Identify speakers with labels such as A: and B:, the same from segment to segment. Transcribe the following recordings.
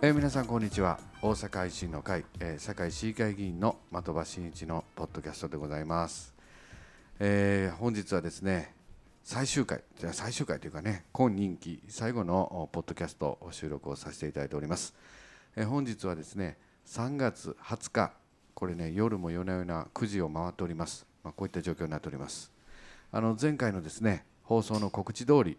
A: えー皆さんこんにちは大阪維新の会、えー、堺市議会議員の的場真一のポッドキャストでございます、えー本日はですね最終回じゃあ最終回というかね今任期最後のおポッドキャスト収録をさせていただいております、えー本日はですね3月20日これね夜も夜な夜な9時を回っております、まあ、こういった状況になっておりますあの前回のですね放送の告知通り、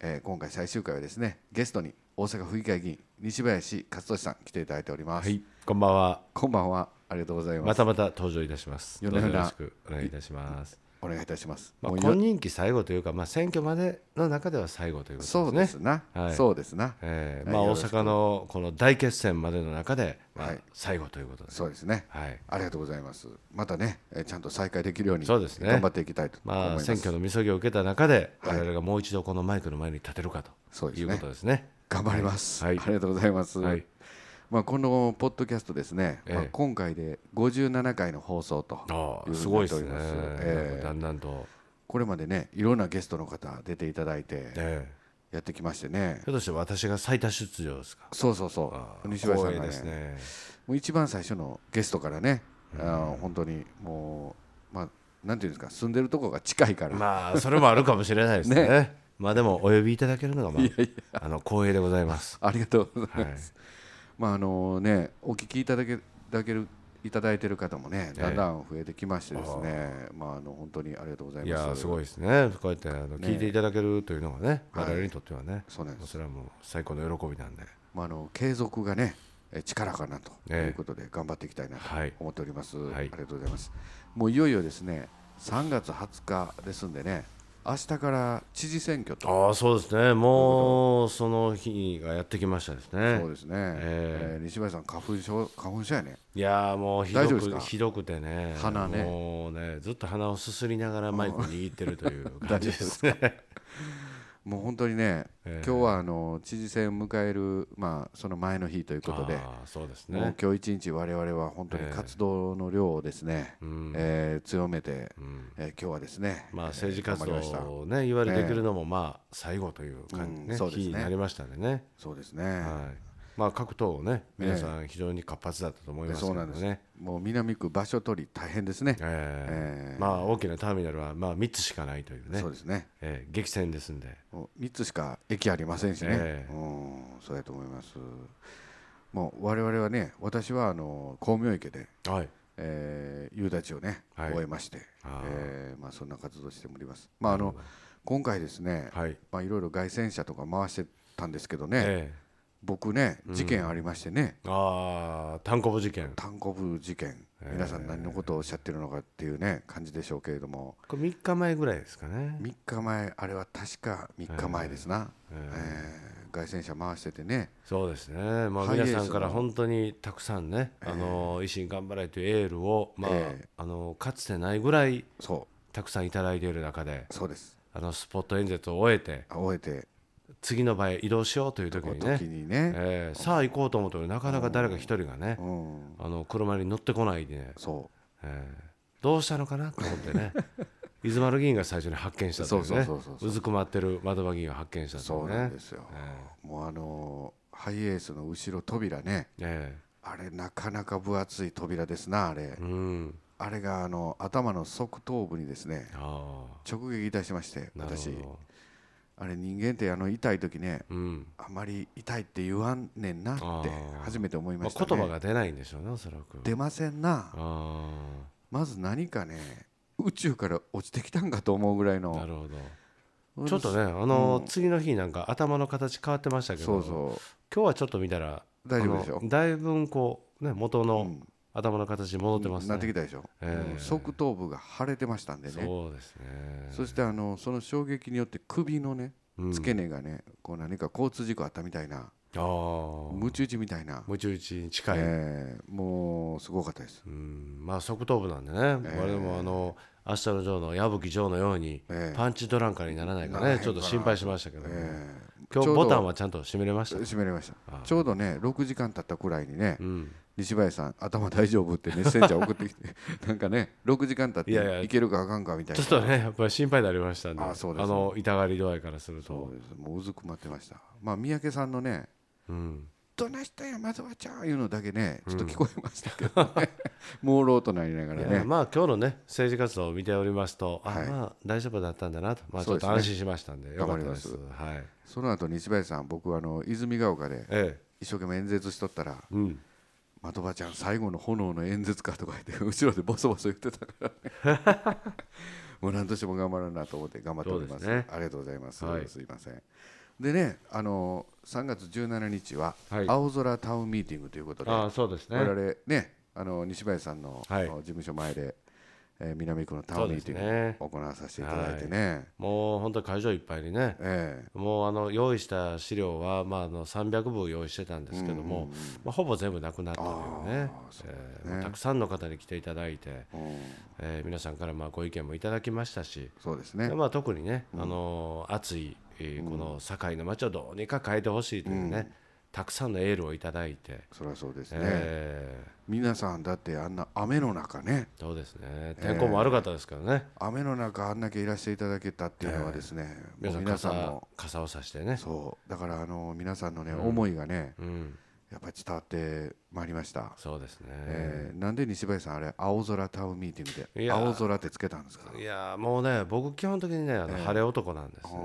A: えー今回最終回はですねゲストに大阪府議会議員西林勝利さん来ていただいております、
B: はい、こんばんは。
A: こんばんはありがとうございます
B: またまた登場いたします。
A: よ
B: ど
A: な
B: う
A: よ
B: ぞよ
A: な
B: ろしくお願いいたします。
A: お願いいたします、
B: まあ、
A: もう
B: 今任期最後というか、まあ、選挙までの中では最後ということですね。
A: そうですな、
B: はい
A: そうですな、
B: えー
A: はい
B: まあ、
A: よろ
B: 大
A: しく
B: 阪のこの大決戦までの中で、ま
A: は
B: あ
A: い、
B: 最後ということです。
A: そうですね
B: はい。
A: ありがとうございますまたね、えーちゃんと再開できるように
B: そうですね
A: 頑張っていきたいと思い
B: ま
A: ま
B: あ、
A: す、
B: 選挙のみそぎを受けた中で、
A: はい
B: 我々がもう一度このマイクの前に立てるかと
A: そうです
B: い
A: ね
B: うことですね。
A: 頑張ります、
B: はい
A: ありがとうございます、
B: はい。
A: まあ、このポッドキャストですね、
B: ええ
A: まあ、今回で57回の放送と
B: あ
A: いう
B: あ、
A: ふう
B: す
A: にな
B: ご
A: っ
B: い
A: てお
B: です
A: り
B: ね。
A: ます
B: なん
A: ええ
B: かだんだんと。
A: これまでねいろんなゲストの方出ていただいて
B: ええ
A: やってきましてね
B: ひょっとして私が最多出場ですか。
A: そうそうそ
B: ああ
A: う西林さん
B: 光栄
A: がね
B: ですね。
A: もう一番最初のゲストからね、あの本当にもうまあなんていうんですか住んでるとこが近いから、
B: まあそれもあるかもしれないですね。
A: ね
B: まあでもお呼びいただけるのがまああの光栄でございます。
A: ありがとうございます、
B: はい。
A: まああのねお聞きいただけだけるいただいてる方もねだんだん増えてきましてですね、まああの本当にありがとうござい
B: い
A: ます
B: やーすごいですね。こうやってあの聞いていただけるというのがね、我々にとってはね、
A: そうなんです
B: もそれはもう最高の喜びなんで。
A: まあ、あの継続がねえ力かなと
B: ええ
A: いうことで頑張っていきたいなと
B: はい
A: 思っております、
B: い
A: ありがとうございますもういよいよですね3月20日ですんでね明日から知事選挙と
B: ああそうですね。もうその日がやってきましたですね。
A: そうですね、え
B: え
A: ー西林さん花粉症花粉症やね
B: いやーもうひど
A: 大丈夫ですか
B: くひどくてね。
A: 鼻ね
B: もうねずっと鼻をすすりながらマイク握ってるという感じです ね。
A: もう本当にね、
B: ええ
A: 今日はあの知事選を迎えるまあその前の日という ことで、
B: ああそうです
A: もう
B: ね。
A: 今日一日我々は本当に活動の量をですね、え
B: ん
A: ー強めて、
B: うん。
A: えー今日はですね、
B: まあ、政治活
A: 頑張りました
B: 動をね、いわゆるできるのも、まあ、最後という感じ
A: う
B: ね、
A: んそうですね
B: 日になりましたんでね。
A: そうですね、
B: はい。まあ、各党ね、皆さん非常に活発だったと思いますけ
A: そう
B: ど
A: なんです
B: ね。
A: もう南区場所取り大変ですね、
B: え
A: え
B: え
A: え
B: まあ、大きなターミナルは、まあ、三つしかないというね
A: そう。ですね
B: ええ激戦ですんで。
A: もう3つしか駅ありませんしね、
B: ええ
A: うんそうやと思いますもう我々はね私はあの光明池で、
B: はい。
A: えー、夕立をね、
B: はい
A: 終えまして
B: ああ
A: えーまあ、そんな活動しております、まあ、あの今回ですね、
B: はい。
A: まあ、いろいろ凱旋車とか回してたんですけどね、
B: え
A: 僕ね事件ありましてね、
B: えああ、単行部事件。
A: 炭鉱部事件皆さん何のことをおっしゃってるのかっていうね感じでしょうけれども、
B: これ三日前ぐらいですかね。
A: 3日前あれは確か3日前ですな、え
B: ええ
A: ー凱旋車回しててね
B: そうですね、まあ、
A: ハイエー
B: 皆
A: スの
B: さんから本当にたくさんね、あの維新頑張れというエールを、まあ
A: ええ
B: あのかつてないぐらい
A: そ
B: たくさんいただいている中で
A: うそうです
B: あのスポット演説を終えて
A: 終えて
B: 次の場へ移動しようという時
A: こ
B: に
A: の
B: ね
A: 時にね
B: ええさあ行こうと思ったらなかなか誰か一人がね、
A: うん
B: あの車に乗ってこないで、ね
A: そ
B: ええどうしたのかなと思っ てね伊豆丸議員が最初に発見したという
A: そう
B: ね
A: そうそうそうそう
B: うずくまってる窓場議員を発見した
A: う
B: とい
A: そうう
B: ね
A: なんですよ、もうあのーハイエースの後ろ扉ね
B: え
A: あれなかなか分厚い扉ですなあれ、
B: えうん
A: あれがあの頭の側頭部にですね
B: ああ
A: 直撃いたしまして
B: なるほ
A: 私
B: ど
A: あれ人間ってあの痛い時ね
B: うん
A: あまり痛いって言わんねんなって
B: あー
A: 初めて思い
B: ま
A: ましたね、
B: あ、言葉が出ないんでしょうねおそらく
A: 出ませんな
B: あ
A: まず何かね宇宙から落ちてきたんかと思うぐらい
B: あな
A: の
B: るほどちょっとねあの、次の日なんか頭の形変わってましたけど
A: そうそ
B: 今日はちょっと見たら
A: 大丈夫でしょ
B: あのだいぶこうね元
A: う、う
B: の
A: ん
B: 頭の形に戻ってますね、
A: なってきたでしょ、
B: ええ
A: うん側頭部が腫れてましたんでね
B: そうですね
A: そしてあのその衝撃によって首のね
B: うん
A: 付け根がね、こう何か交通事故あったみたいな
B: ああ
A: ムチ打ちみたいな、
B: むち打ちに近い、
A: ええもうすごかったです、
B: うんまあ側頭部なんでね、我々もあの明日のジョーの矢吹ジョーのように、
A: ええ
B: パンチドランカーにならないか
A: ならへん
B: ね
A: かな
B: ちょっと心配しましたけど、
A: ええ
B: 今
A: ち
B: 日
A: ょうど
B: ボタンはちゃんと閉めれました、
A: 閉めれました
B: あ
A: ちょうどね6時間経ったくらいにね、
B: うん、
A: 西林さん頭大丈夫ってメッセンジャー送ってき てなんかね6時間経ってい
B: やいや
A: けるかあかんかみたい
B: ち
A: な
B: ょっとね、やっぱり心配になりましたんで、
A: あそうです
B: の痛がり度合いからする
A: そ
B: と、
A: うですもううずくまってました、まあ、三宅さんのね
B: うん、
A: どないしたんやまずはちゃんいうのだけねちょっと聞こえましたけどね、 朦朧となりながら
B: いや
A: ね
B: まあ今日のね政治活動を見ておりますと、
A: はい
B: あまあ大丈夫だったんだなと、まあ、ち
A: そう
B: ょ
A: で
B: っ
A: す
B: と
A: ね
B: 安心しましたんでよかったです
A: 頑
B: はい
A: その後西林さん僕はあの泉ヶ丘で
B: ええ
A: 一生懸命演説しとったら
B: うん、
A: 的場ちゃん最後の炎の演説かとか言って 後ろでボソボソ言ってたからねもう何としても頑張らなと思って頑張っております
B: そうですね
A: ありがとうございます、
B: はい
A: すいませんでねあの3月17日は
B: はい
A: 青空タウンミーティングということで、
B: ああそうですね
A: 我々ねあの西林さんの,、
B: はい
A: 事務所前で、えー南区のタウンミーティ
B: そうです
A: ン
B: ね
A: グを行わさせていただいてね
B: もう本当会場いっぱいにね
A: え
B: もうあの用意した資料は、まあ、あの300部用意してたんですけども、まあ、ほぼ全部なくなったというねえーまあたくさんの方に来ていただいて、
A: えうん
B: えー皆さんからまあご意見もいただきましたし、
A: そうですね
B: でまあ、特にね、あのー熱い、えーこの堺の街をどうにか変えてほしいというね、たくさんのエールをいただいて、
A: それはそうですね、
B: え
A: 皆さんだってあんな雨の中ね
B: ーそうですね天候も悪かったですからね、
A: 雨の中あんだけいらしていただけたっていうのはですね、
B: 皆
A: も
B: さ
A: うん皆
B: 傘
A: さんも
B: 傘をさしてね、
A: そうだからあの皆さんのね、思いがね
B: うん、
A: やっぱり伝わってまいりました、
B: そうですね。
A: えーなんで西林さんあれ青空タウンミーティング
B: い
A: で
B: やー
A: 青空ってつけたんですか
B: いやーもうね僕基本的にねあの晴れ男なんですね、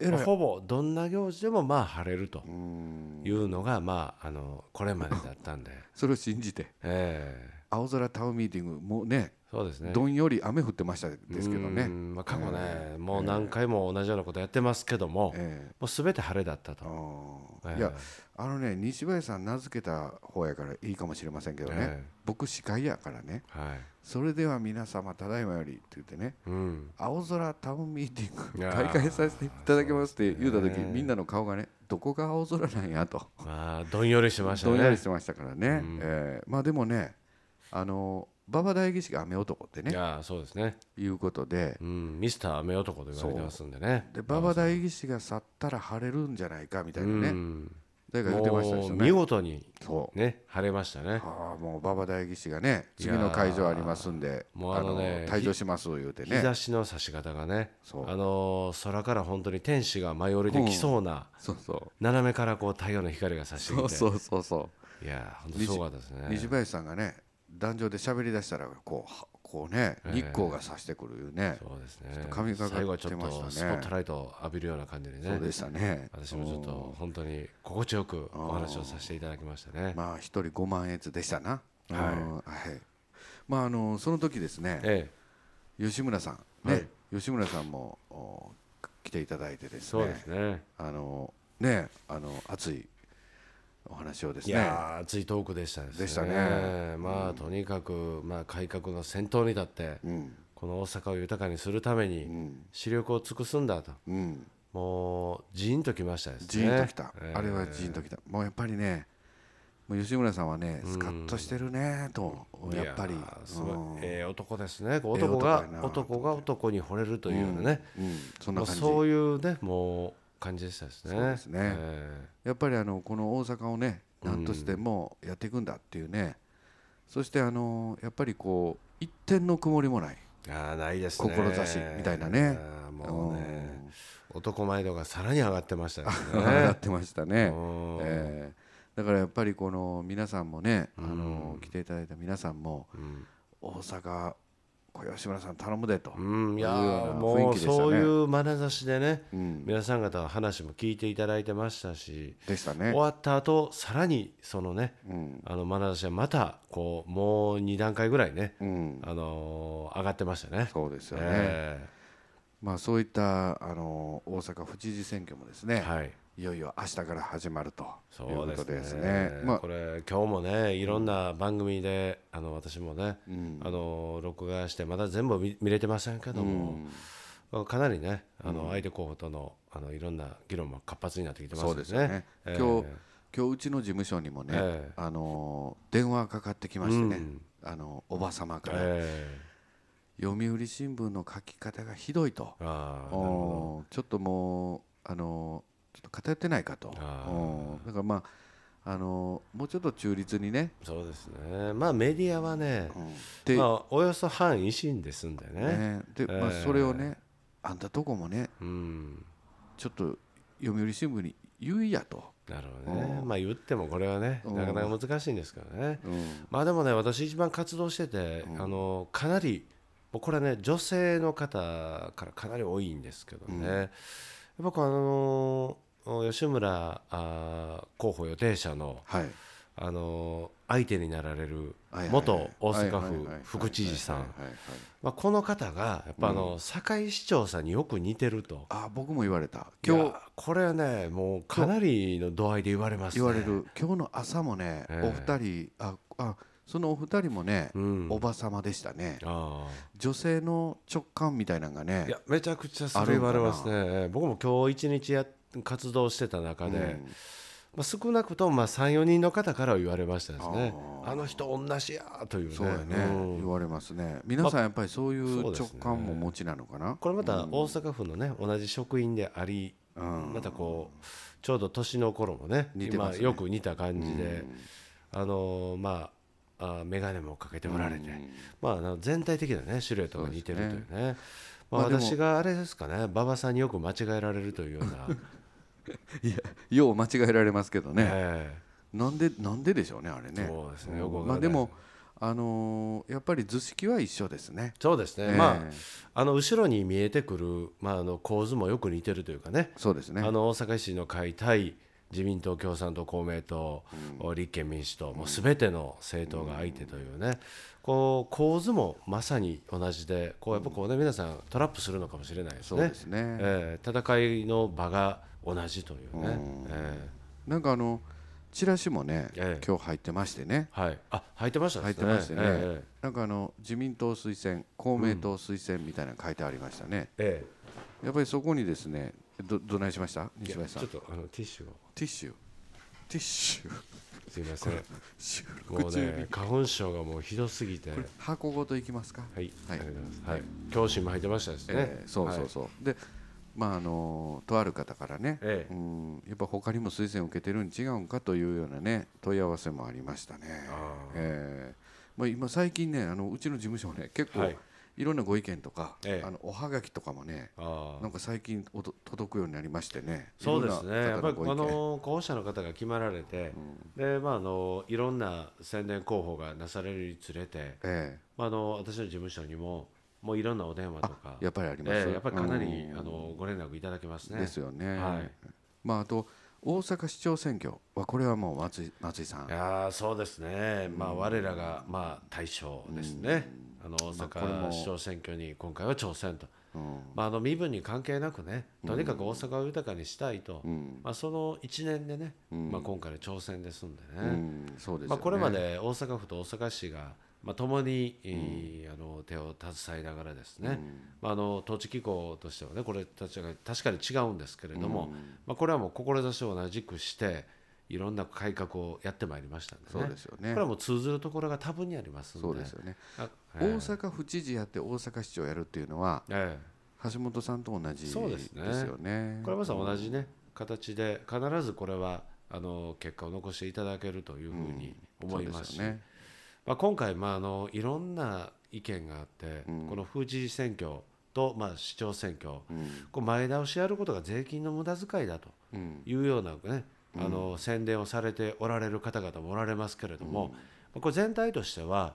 A: えらい
B: まあほぼどんな行事でもまあ晴れると
A: うん
B: いうのがまああのこれまでだったんで、
A: それを信じて
B: え
A: 青空タウンミーティングもうね
B: えそうですね
A: どんより雨降ってましたですけど
B: う
A: ね、
B: んまあ、過去ね、もう何回も同じようなことやってますけども、
A: え
B: もう全て晴れだった
A: ー
B: と、
A: あー
B: ええ
A: いやあのね西林さん名付けた方やからいいかもしれませんけどね、
B: ええ
A: 僕司会やからね
B: はい
A: それでは皆様ただいまよりって言ってね
B: うん、
A: 青空タウンミーティン
B: い
A: グ
B: や
A: 開
B: ー
A: 会させていただきますって言うた時、
B: そうですね
A: みんなの顔がねどこが青空なんやと
B: まあどんよりし ました
A: どんやり
B: ね
A: してましたからね、えーまあでもねあの馬場代議士が雨男って
B: い
A: ね
B: やーそうですね、
A: いうことで
B: うん、ミスター雨男と言われてますんでね
A: で馬場代議士が去ったら晴れるんじゃないかみたいな
B: う
A: ね
B: ん、
A: 誰か言ってましたで
B: も
A: し
B: う
A: ょ
B: 見
A: ね
B: 事に
A: そう
B: ね晴れましたね
A: ああもう馬場代議士がね次の会場ありますんで
B: もうあのね
A: 退場します言うて
B: 日
A: ね
B: 差しの差し方がね、
A: そう
B: あのー空から本当に天使が舞い降りてきそうな、
A: そうそう
B: 斜めからこう太陽の光が差してきて
A: そうそうそうそう
B: いやー本当にすごかったですね
A: 西林さんがね壇上で喋り出したらこうはこうね
B: ええ
A: 日光が差してくるいうね、
B: そうです
A: ちょっ
B: ね
A: と神がかってましたね
B: 最後はちょっとスポットライトを浴びるような感じで
A: そう
B: ね
A: でしたね
B: 私もちょっと本当に心地よくお話をさせていただきましたね、
A: まあ一人5万円ずつでしたな
B: はい
A: うんはいまああのその時ですね
B: ええ
A: 吉村さんね、吉村さんもお来ていただいてです
B: そう
A: ね
B: ですね
A: あのねあの熱いお話をです
B: い
A: ね
B: やー熱いトークでしたね
A: でしたね
B: まあとにかく、まあ、改革の先頭に立って、
A: うん
B: この大阪を豊かにするために、
A: うん
B: 視力を尽くすんだと
A: うん
B: もうジーンときましたですね。
A: ジーンときた、
B: えー
A: あれはジーンときたもうやっぱりねもう吉村さんはねスカッとしてるねとやっぱり
B: いやーすごい
A: うん
B: ええ男ですね。こう
A: ええ
B: 男
A: 男や
B: が
A: なと思って
B: 男が男に惚れるというようなね、
A: うん、そんな
B: もう
A: 感じ
B: そういうねもう感じでしたですね。
A: そうですね
B: え
A: やっぱりあのこの大阪をね何としてもやっていくんだっていうね、そしてあのやっぱりこう一点の曇りもない
B: えあーないですね。
A: 志みたいなね
B: あーもうね、男前度がさらに上がってましたです
A: なっ
B: ね。
A: てましたね
B: うん、
A: えーだからやっぱりこの皆さんもねあの来ていただいた皆さんも
B: うん
A: 大阪これ吉村さん頼むでと、
B: うん、いや
A: いうよう
B: ー
A: な
B: も
A: 雰囲
B: う
A: 気でしたね
B: そういう眼差しでね、
A: うん
B: 皆さん方の話も聞いていただいてましたし、
A: でしたね
B: 終わった後さらにそのね、
A: うん
B: あの眼差しはまたこうもう2段階ぐらいね、
A: うん
B: あのー上がってましたね。
A: そうですよね、
B: え
A: まあそういったあの大阪府知事選挙もですね、
B: えはい、
A: いよいよ明日から始まるとい
B: そうう
A: こ
B: です
A: と
B: ね
A: ですね。まあ
B: こ、れ今日もねいろんな番組で、あの私もね、
A: うん
B: あの録画してまだ全部見見れてませんけども、かなりねあの相手候補とのあのいろんな議論も活発になってきてます
A: そう
B: よ
A: ですよね。
B: ええ
A: 今日、今日うちの事務所にもね、
B: ええ
A: あのー電話かかってきましてね、
B: うん
A: あのおば様から、
B: え
A: 読売新聞の書き方がひどいと
B: え、ああなるほ
A: おーちょっともうあのーちょっと偏ってないかと、
B: あー
A: おーだからまああのーもうちょっと中立にね、
B: どそうですねまあメディアはね、
A: うんで、
B: まあ、およそ反維新ですんでね、
A: ねで、まあ
B: ええ
A: それをね、あんたとこもね、
B: うん、
A: ちょっと読売新聞に言いやと。
B: なるほどね、まあ言ってもこれはね
A: うん
B: なかなか難しいんですけどね、
A: うん
B: まあでもね私一番活動してて、あのかなりもうこれはね女性の方からかなり多いんですけどね、やっぱこうあの吉村あー候補予定者の
A: はい
B: あの相手になられる
A: はいはいはい
B: 元大
A: は
B: 阪
A: いはい
B: 府
A: はい
B: 副知事さ
A: はい
B: ん
A: はいはいはい
B: まあこの方がやっぱあの堺市長さんによく似てると
A: あ僕も言われた今
B: い
A: 日
B: やこれはねもうかなりの度合いで言われますね
A: 言われる今日の朝もね
B: え
A: お二人ああそのお二人もね
B: うん
A: おばさまでしたね
B: あ
A: 女性の直感みたいなのが
B: あい
A: ね
B: やめちゃくちゃそれ言われますねええ僕も今日一日やっ活動してた中で、
A: うん
B: まあ、少なくともまあ34人の方からは言われましたですね
A: あー
B: あの人同じやーというね
A: そうやね
B: うん
A: 言われますね皆さんやっぱりそうい
B: そううです
A: 直
B: ね
A: 感もお持ちなのかな
B: これまた大阪府のね同じ職員であり
A: うん
B: またこうちょうど年の頃もね
A: 似てますね
B: 今よく似た感じであのーまああー眼鏡もかけておられてまああの全体的なねシルエットが似てるというねまあ
A: まあでも
B: 私があれですかね馬場さんによく間違えられるというような
A: いやよう間違えられますけどね
B: え
A: なんでなんででしょうねあれ
B: え
A: ね
B: そうですねよくわかん
A: ま
B: な
A: あ
B: い
A: でもあのーやっぱり図式は一緒ですね
B: そうですね
A: ええ
B: まああの後ろに見えてくるまああの構図もよく似てるというかね
A: そうですね
B: あの大阪市の会対自民党、共産党、公明党、立憲民主党、もうすべての政党が相手というね、こう構図もまさに同じで、こうやっぱこうね、皆さん、トラップするのかもしれないです
A: そう
B: ね
A: で、すね
B: ええ戦いの場が同じというね、え
A: なんかあのチラシもね、
B: ええ
A: 今日入ってましてね、
B: えはい、あ入ってました
A: 入ってましたね、
B: え
A: なんかあの自民党推薦、公明党推薦みたいなの書いてありましたね、
B: ええ
A: やっぱりそこにですね、どどないしました、
B: え
A: 西
B: いや
A: 林
B: ち
A: さ
B: ょ
A: ん、
B: っ
A: テ
B: とあのティッシュを、
A: ィッシュ、ティッシュ、
B: すみません、
A: 収
B: も
A: 録
B: う
A: 中に、
B: ね、花粉症がもうひどすぎて、はい、
A: 箱ごといきますか、
B: あり
A: はい
B: がとうございます、はい、教師も入ってましたですね、
A: ええそうそう
B: はい
A: そう、で、まああのとある方からね、
B: え
A: う
B: え
A: ん、やっぱ他にも推薦を受けてるに違うんかというようなね、問い合わせもありましたね。
B: あー
A: ええまあ、今最近ねあのうちの事務所ね結構、
B: はいい、
A: ろんなご意見とか、
B: ええ
A: あのおはがきとかもね
B: ああ
A: なんか最近おと届くようになりましてね
B: そうですね、やっぱりあ
A: あの
B: の候補者の方が決まられて、でまあ、あのいろんな宣伝候補がなされるにつれて、
A: え
B: まあ、あの私の事務所にも、もういろんなお電話とか
A: え、やっぱりあります、
B: ええやっぱりかなり、
A: うん
B: あのご連絡いただけますね。
A: ですよね、
B: はい
A: まああと大阪市長選挙はこれはもう松井松井さん
B: いやーそうですね、まあ我らが、まあ、大将ですね、あの大
A: これも
B: 阪市長選挙に今回は挑戦と、
A: うん
B: まあ、あの身分に関係なくね、とにかく大阪を豊かにしたいと、
A: うん、
B: まあ、その1年でね、まあ、今回の挑戦ですんでね。
A: うんそうですよね
B: まあ、これまで大阪府と大阪市が、まあ、共に、えーあの手を携えながらですね、まあ、あの統治機構としてはねこれたちが確かに違うんですけれども、まあ、これはもう志を同じくしていろんな改革をやってまいりましたんでね
A: そうですよね
B: これはもう通ずるところが多分にありますんで
A: そうですよね、
B: あ
A: 大阪府知事やって大阪市長やるっていうのは
B: え
A: 橋本さんと同じです
B: そうですね
A: よね
B: えこれはまさに同じね形で必ずこれはあの結果を残していただけるというふうに思いますし、
A: そうですよね
B: まあ、今回、まあ、あのいろんな意見があって、この府知事選挙と、まあ、市長選挙、こう前倒しやることが税金の無駄遣いだというような、ねあの宣伝をされておられる方々もおられますけれども、まあこれ全体としては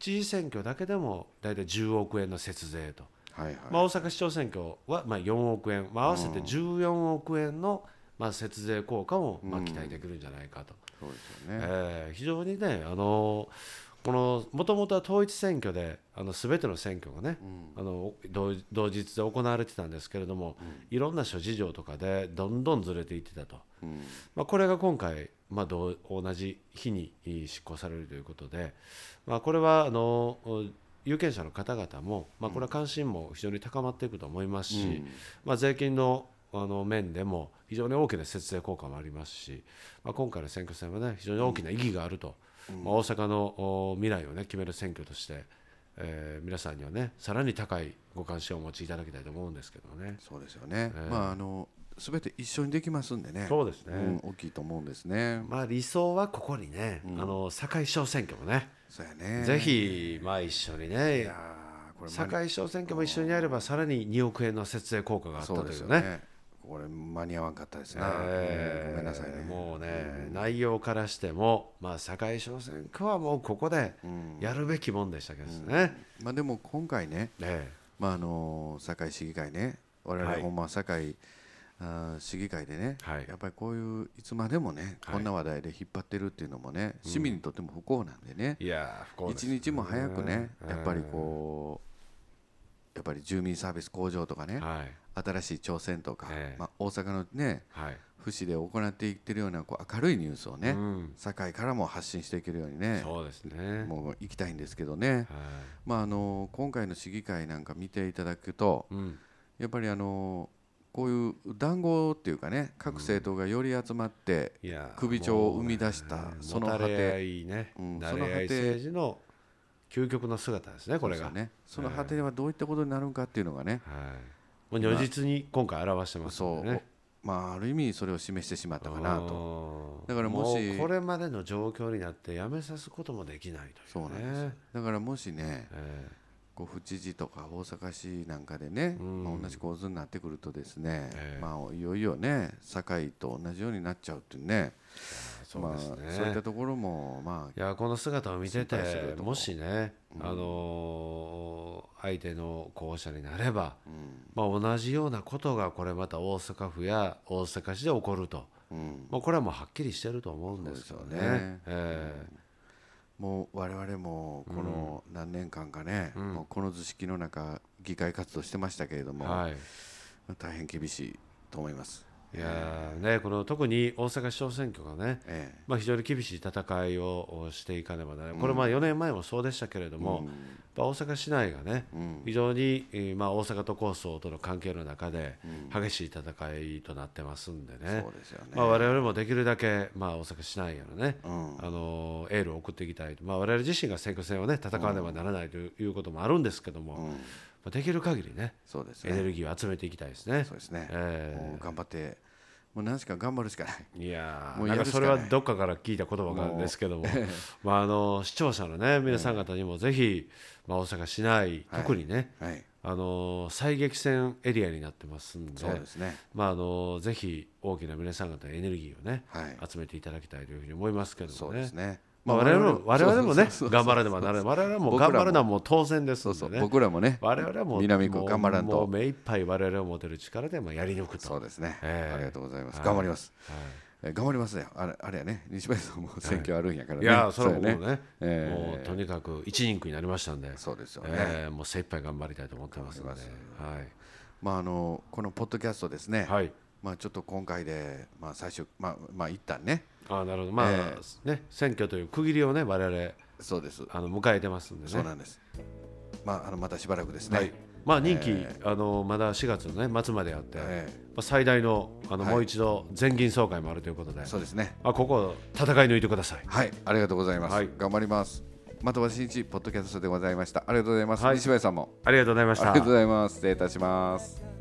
B: 知事選挙だけでも大体10億円の節税と、
A: はいはい、
B: まあ、大阪市長選挙はまあ4億円、まあ、合わせて14億円のまあ節税効果もまあ期待できるんじゃないかと。
A: そうですよね、
B: えー非常にね、あのこのもともとは統一選挙で、あの全ての選挙がね、あの同同日で行われてたんですけれども、いろんな諸事情とかでどんどんずれていってたと、まあ、これが今回、まあ、同同じ日にえー執行されるということで、まあ、これはあの有権者の方々も、まあ、これは関心も非常に高まっていくと思いますし、まあ、税金のあの面でも非常に大きな節税効果もありますし、まあ、今回の選挙戦は、ね、非常に大きな意義があると、まあ、大阪のお未来を、ね、決める選挙として、えー皆さんには、ね、さらに高いご関心をお持ちいただきたいと思うんですけどね。
A: そうですよね、まああの全て一緒にできますんでね
B: そうですね
A: うん大きいと思うんですね、
B: まあ、理想はここにね、あの堺市長選挙もね、
A: そうやね
B: ぜひ、まあ、一緒に
A: い
B: ね
A: や、ーこれま
B: 堺市長選挙も一緒にやれば、さらに2億円の節税効果があった
A: そう
B: と
A: で
B: い
A: すよ
B: う
A: ね
B: ね、
A: これ間に合わんかったですね、
B: えー
A: ごめんなさいね
B: もうね、内容からしても、まあ、堺商船区はもうここでやるべきもんでしたけどね。ね
A: まあでも今回ね、
B: え
A: まああの堺市議会ね我
B: は
A: 々
B: い
A: ほんま堺、あー市議会でね、
B: はい
A: やっぱりこういういつまでもね、
B: はい
A: こんな話題で引っ張ってるっていうのもね市民にとっても不幸なんでね、
B: いやー不幸です
A: 一日も早くね
B: うん
A: やっぱりこうやっぱり住民サービス向上とかね、
B: はい
A: 新しい挑戦とか、
B: ええ
A: まあ、大阪のね
B: はい
A: 府市で行っていってるようなこう明るいニュースをね、
B: うん
A: 堺からも発信していけるようにね
B: そうですね。
A: もう行きたいんですけどね、
B: は
A: まあ、あの今回の市議会なんか見ていただくと
B: いうん
A: やっぱりあのこういう談合っていうかね各政党がより集まって、
B: いやー
A: 首長を生み出した
B: もうね
A: その果て
B: もたれ合いね、
A: うん
B: なれ合い
A: その果て
B: 政治の究極の姿ですね、これ
A: そう
B: が。
A: ですよね、その果てはどういったことになるのかっていうのがね、
B: はい、もう如実に今回表してます
A: そ
B: ん
A: う、
B: でね。
A: まあ、ある意味それを示してしまったかなと。
B: と
A: だからもし
B: これまでの状況になってやめさすこともできないという、ね、
A: そうなんですよだからもしね、
B: え
A: こう府知事とか大阪市なんかでね、
B: うん
A: まあ同じ構図になってくるとですね、
B: ええ
A: まあ、いよいよね堺と同じようになっちゃうっていうね
B: ーそうですね、
A: まあ、そういったところもまあ
B: いやこの姿を見てて
A: 心配するとこ
B: もしね、あのー相手の候補者になれば、まあ、同じようなことがこれまた大阪府や大阪市で起こると、
A: うん
B: まあ、これはもうはっきりしてると思うんですけど
A: そう
B: ね。
A: ですよね
B: え
A: もう我々もこの何年間かね、
B: うん
A: もうこの図式の中議会活動してましたけれど
B: え
A: も、
B: はい
A: 大変厳しいと思います。
B: いやーね、この特に大阪市長選挙がね、
A: え
B: まあ、非常に厳しい戦いをしていかねばならない、これまあ4年前もそうでしたけれど
A: え
B: も、やっぱ大阪市内がね、
A: うん
B: 非常に、えーまあ、大阪都構想との関係の中で、激しい戦いとなってますんで
A: うん
B: ね
A: そ、うですよね。
B: まあ、我々もできるだけ、まあ、大阪市内へのね、
A: うん
B: あのーエールを送っていきたいと、まあ、我々自身が選挙戦をね、戦わねばならないということもあるんですけども、
A: う
B: ま
A: ん、
B: あ、できる限りね、
A: そうです
B: エネ
A: ね。
B: ルギーを集めていきたいですね
A: そ。うですね。
B: ええ
A: もう頑張って、もう何しか頑張るしかない。
B: いやー
A: もう
B: な
A: や
B: ん
A: る
B: か
A: し
B: そ
A: か
B: れ
A: ない
B: はどっかから聞いた言葉なんですけども、まあ、あの視聴者の、ね、皆さん方にもぜひ、まあ、大阪市内、
A: はい
B: 特にね、
A: はい。
B: あの最激戦エリアになってますんで
A: そうですね。
B: まあ、あのぜひ大きな皆さん方のエネルギーをね、
A: はい。
B: 集めていただきたいというふうに思いますけど
A: そ
B: も
A: うで
B: ね
A: す。ね。
B: まあ、我々も我々も
A: そうそう
B: ね
A: そうそう
B: 頑張らねばならない我々も
A: 僕ら
B: 頑
A: も
B: 張るのはもう当然です
A: そう
B: の
A: そ
B: で
A: う。
B: ね
A: 僕らもね。
B: 我々はもう
A: 南区頑張らんと
B: もうもう目いっぱい我々を持てる力でまあやり抜くと
A: そうですね。
B: ええ
A: ありがとうございます。
B: はい
A: 頑張ります。
B: はい
A: えー頑張りますね。あれあれやね。西林さんも選挙あるんやからね。
B: いやーそれは
A: う
B: 僕
A: や
B: もね
A: ええ
B: もうとにかく一人区になりましたんで、
A: そうですよね。
B: えーもう精一杯頑張りたいと思ってますの
A: 頑
B: で
A: 張り、
B: は
A: まああのこのポッドキャストですね。
B: い、はい、
A: まあちょっと今回でまあ最初まあまあ一旦ね。
B: あーなるほど、まあ、
A: え
B: ね、選挙という区切りをね、我々
A: そうです。
B: あの迎えてますんでね、
A: そうなんです。まああのまたしばらくです
B: は
A: ね
B: い。まあ、任期、あのまだ4月の、ね、末まであって、
A: ええ
B: まあ、最大のあの、
A: はい
B: もう一度、全銀総会もあるということで、
A: そうですね。
B: あここ、を戦い抜いてください。
A: はい、ありがとうございます。
B: はい
A: 頑張ります。また私日ポッドキャストでございました。ありがとうございます。
B: はい
A: 西林さんも
B: ありがとうございま
A: あ
B: し
A: りが
B: た
A: とうございます。失礼いたします。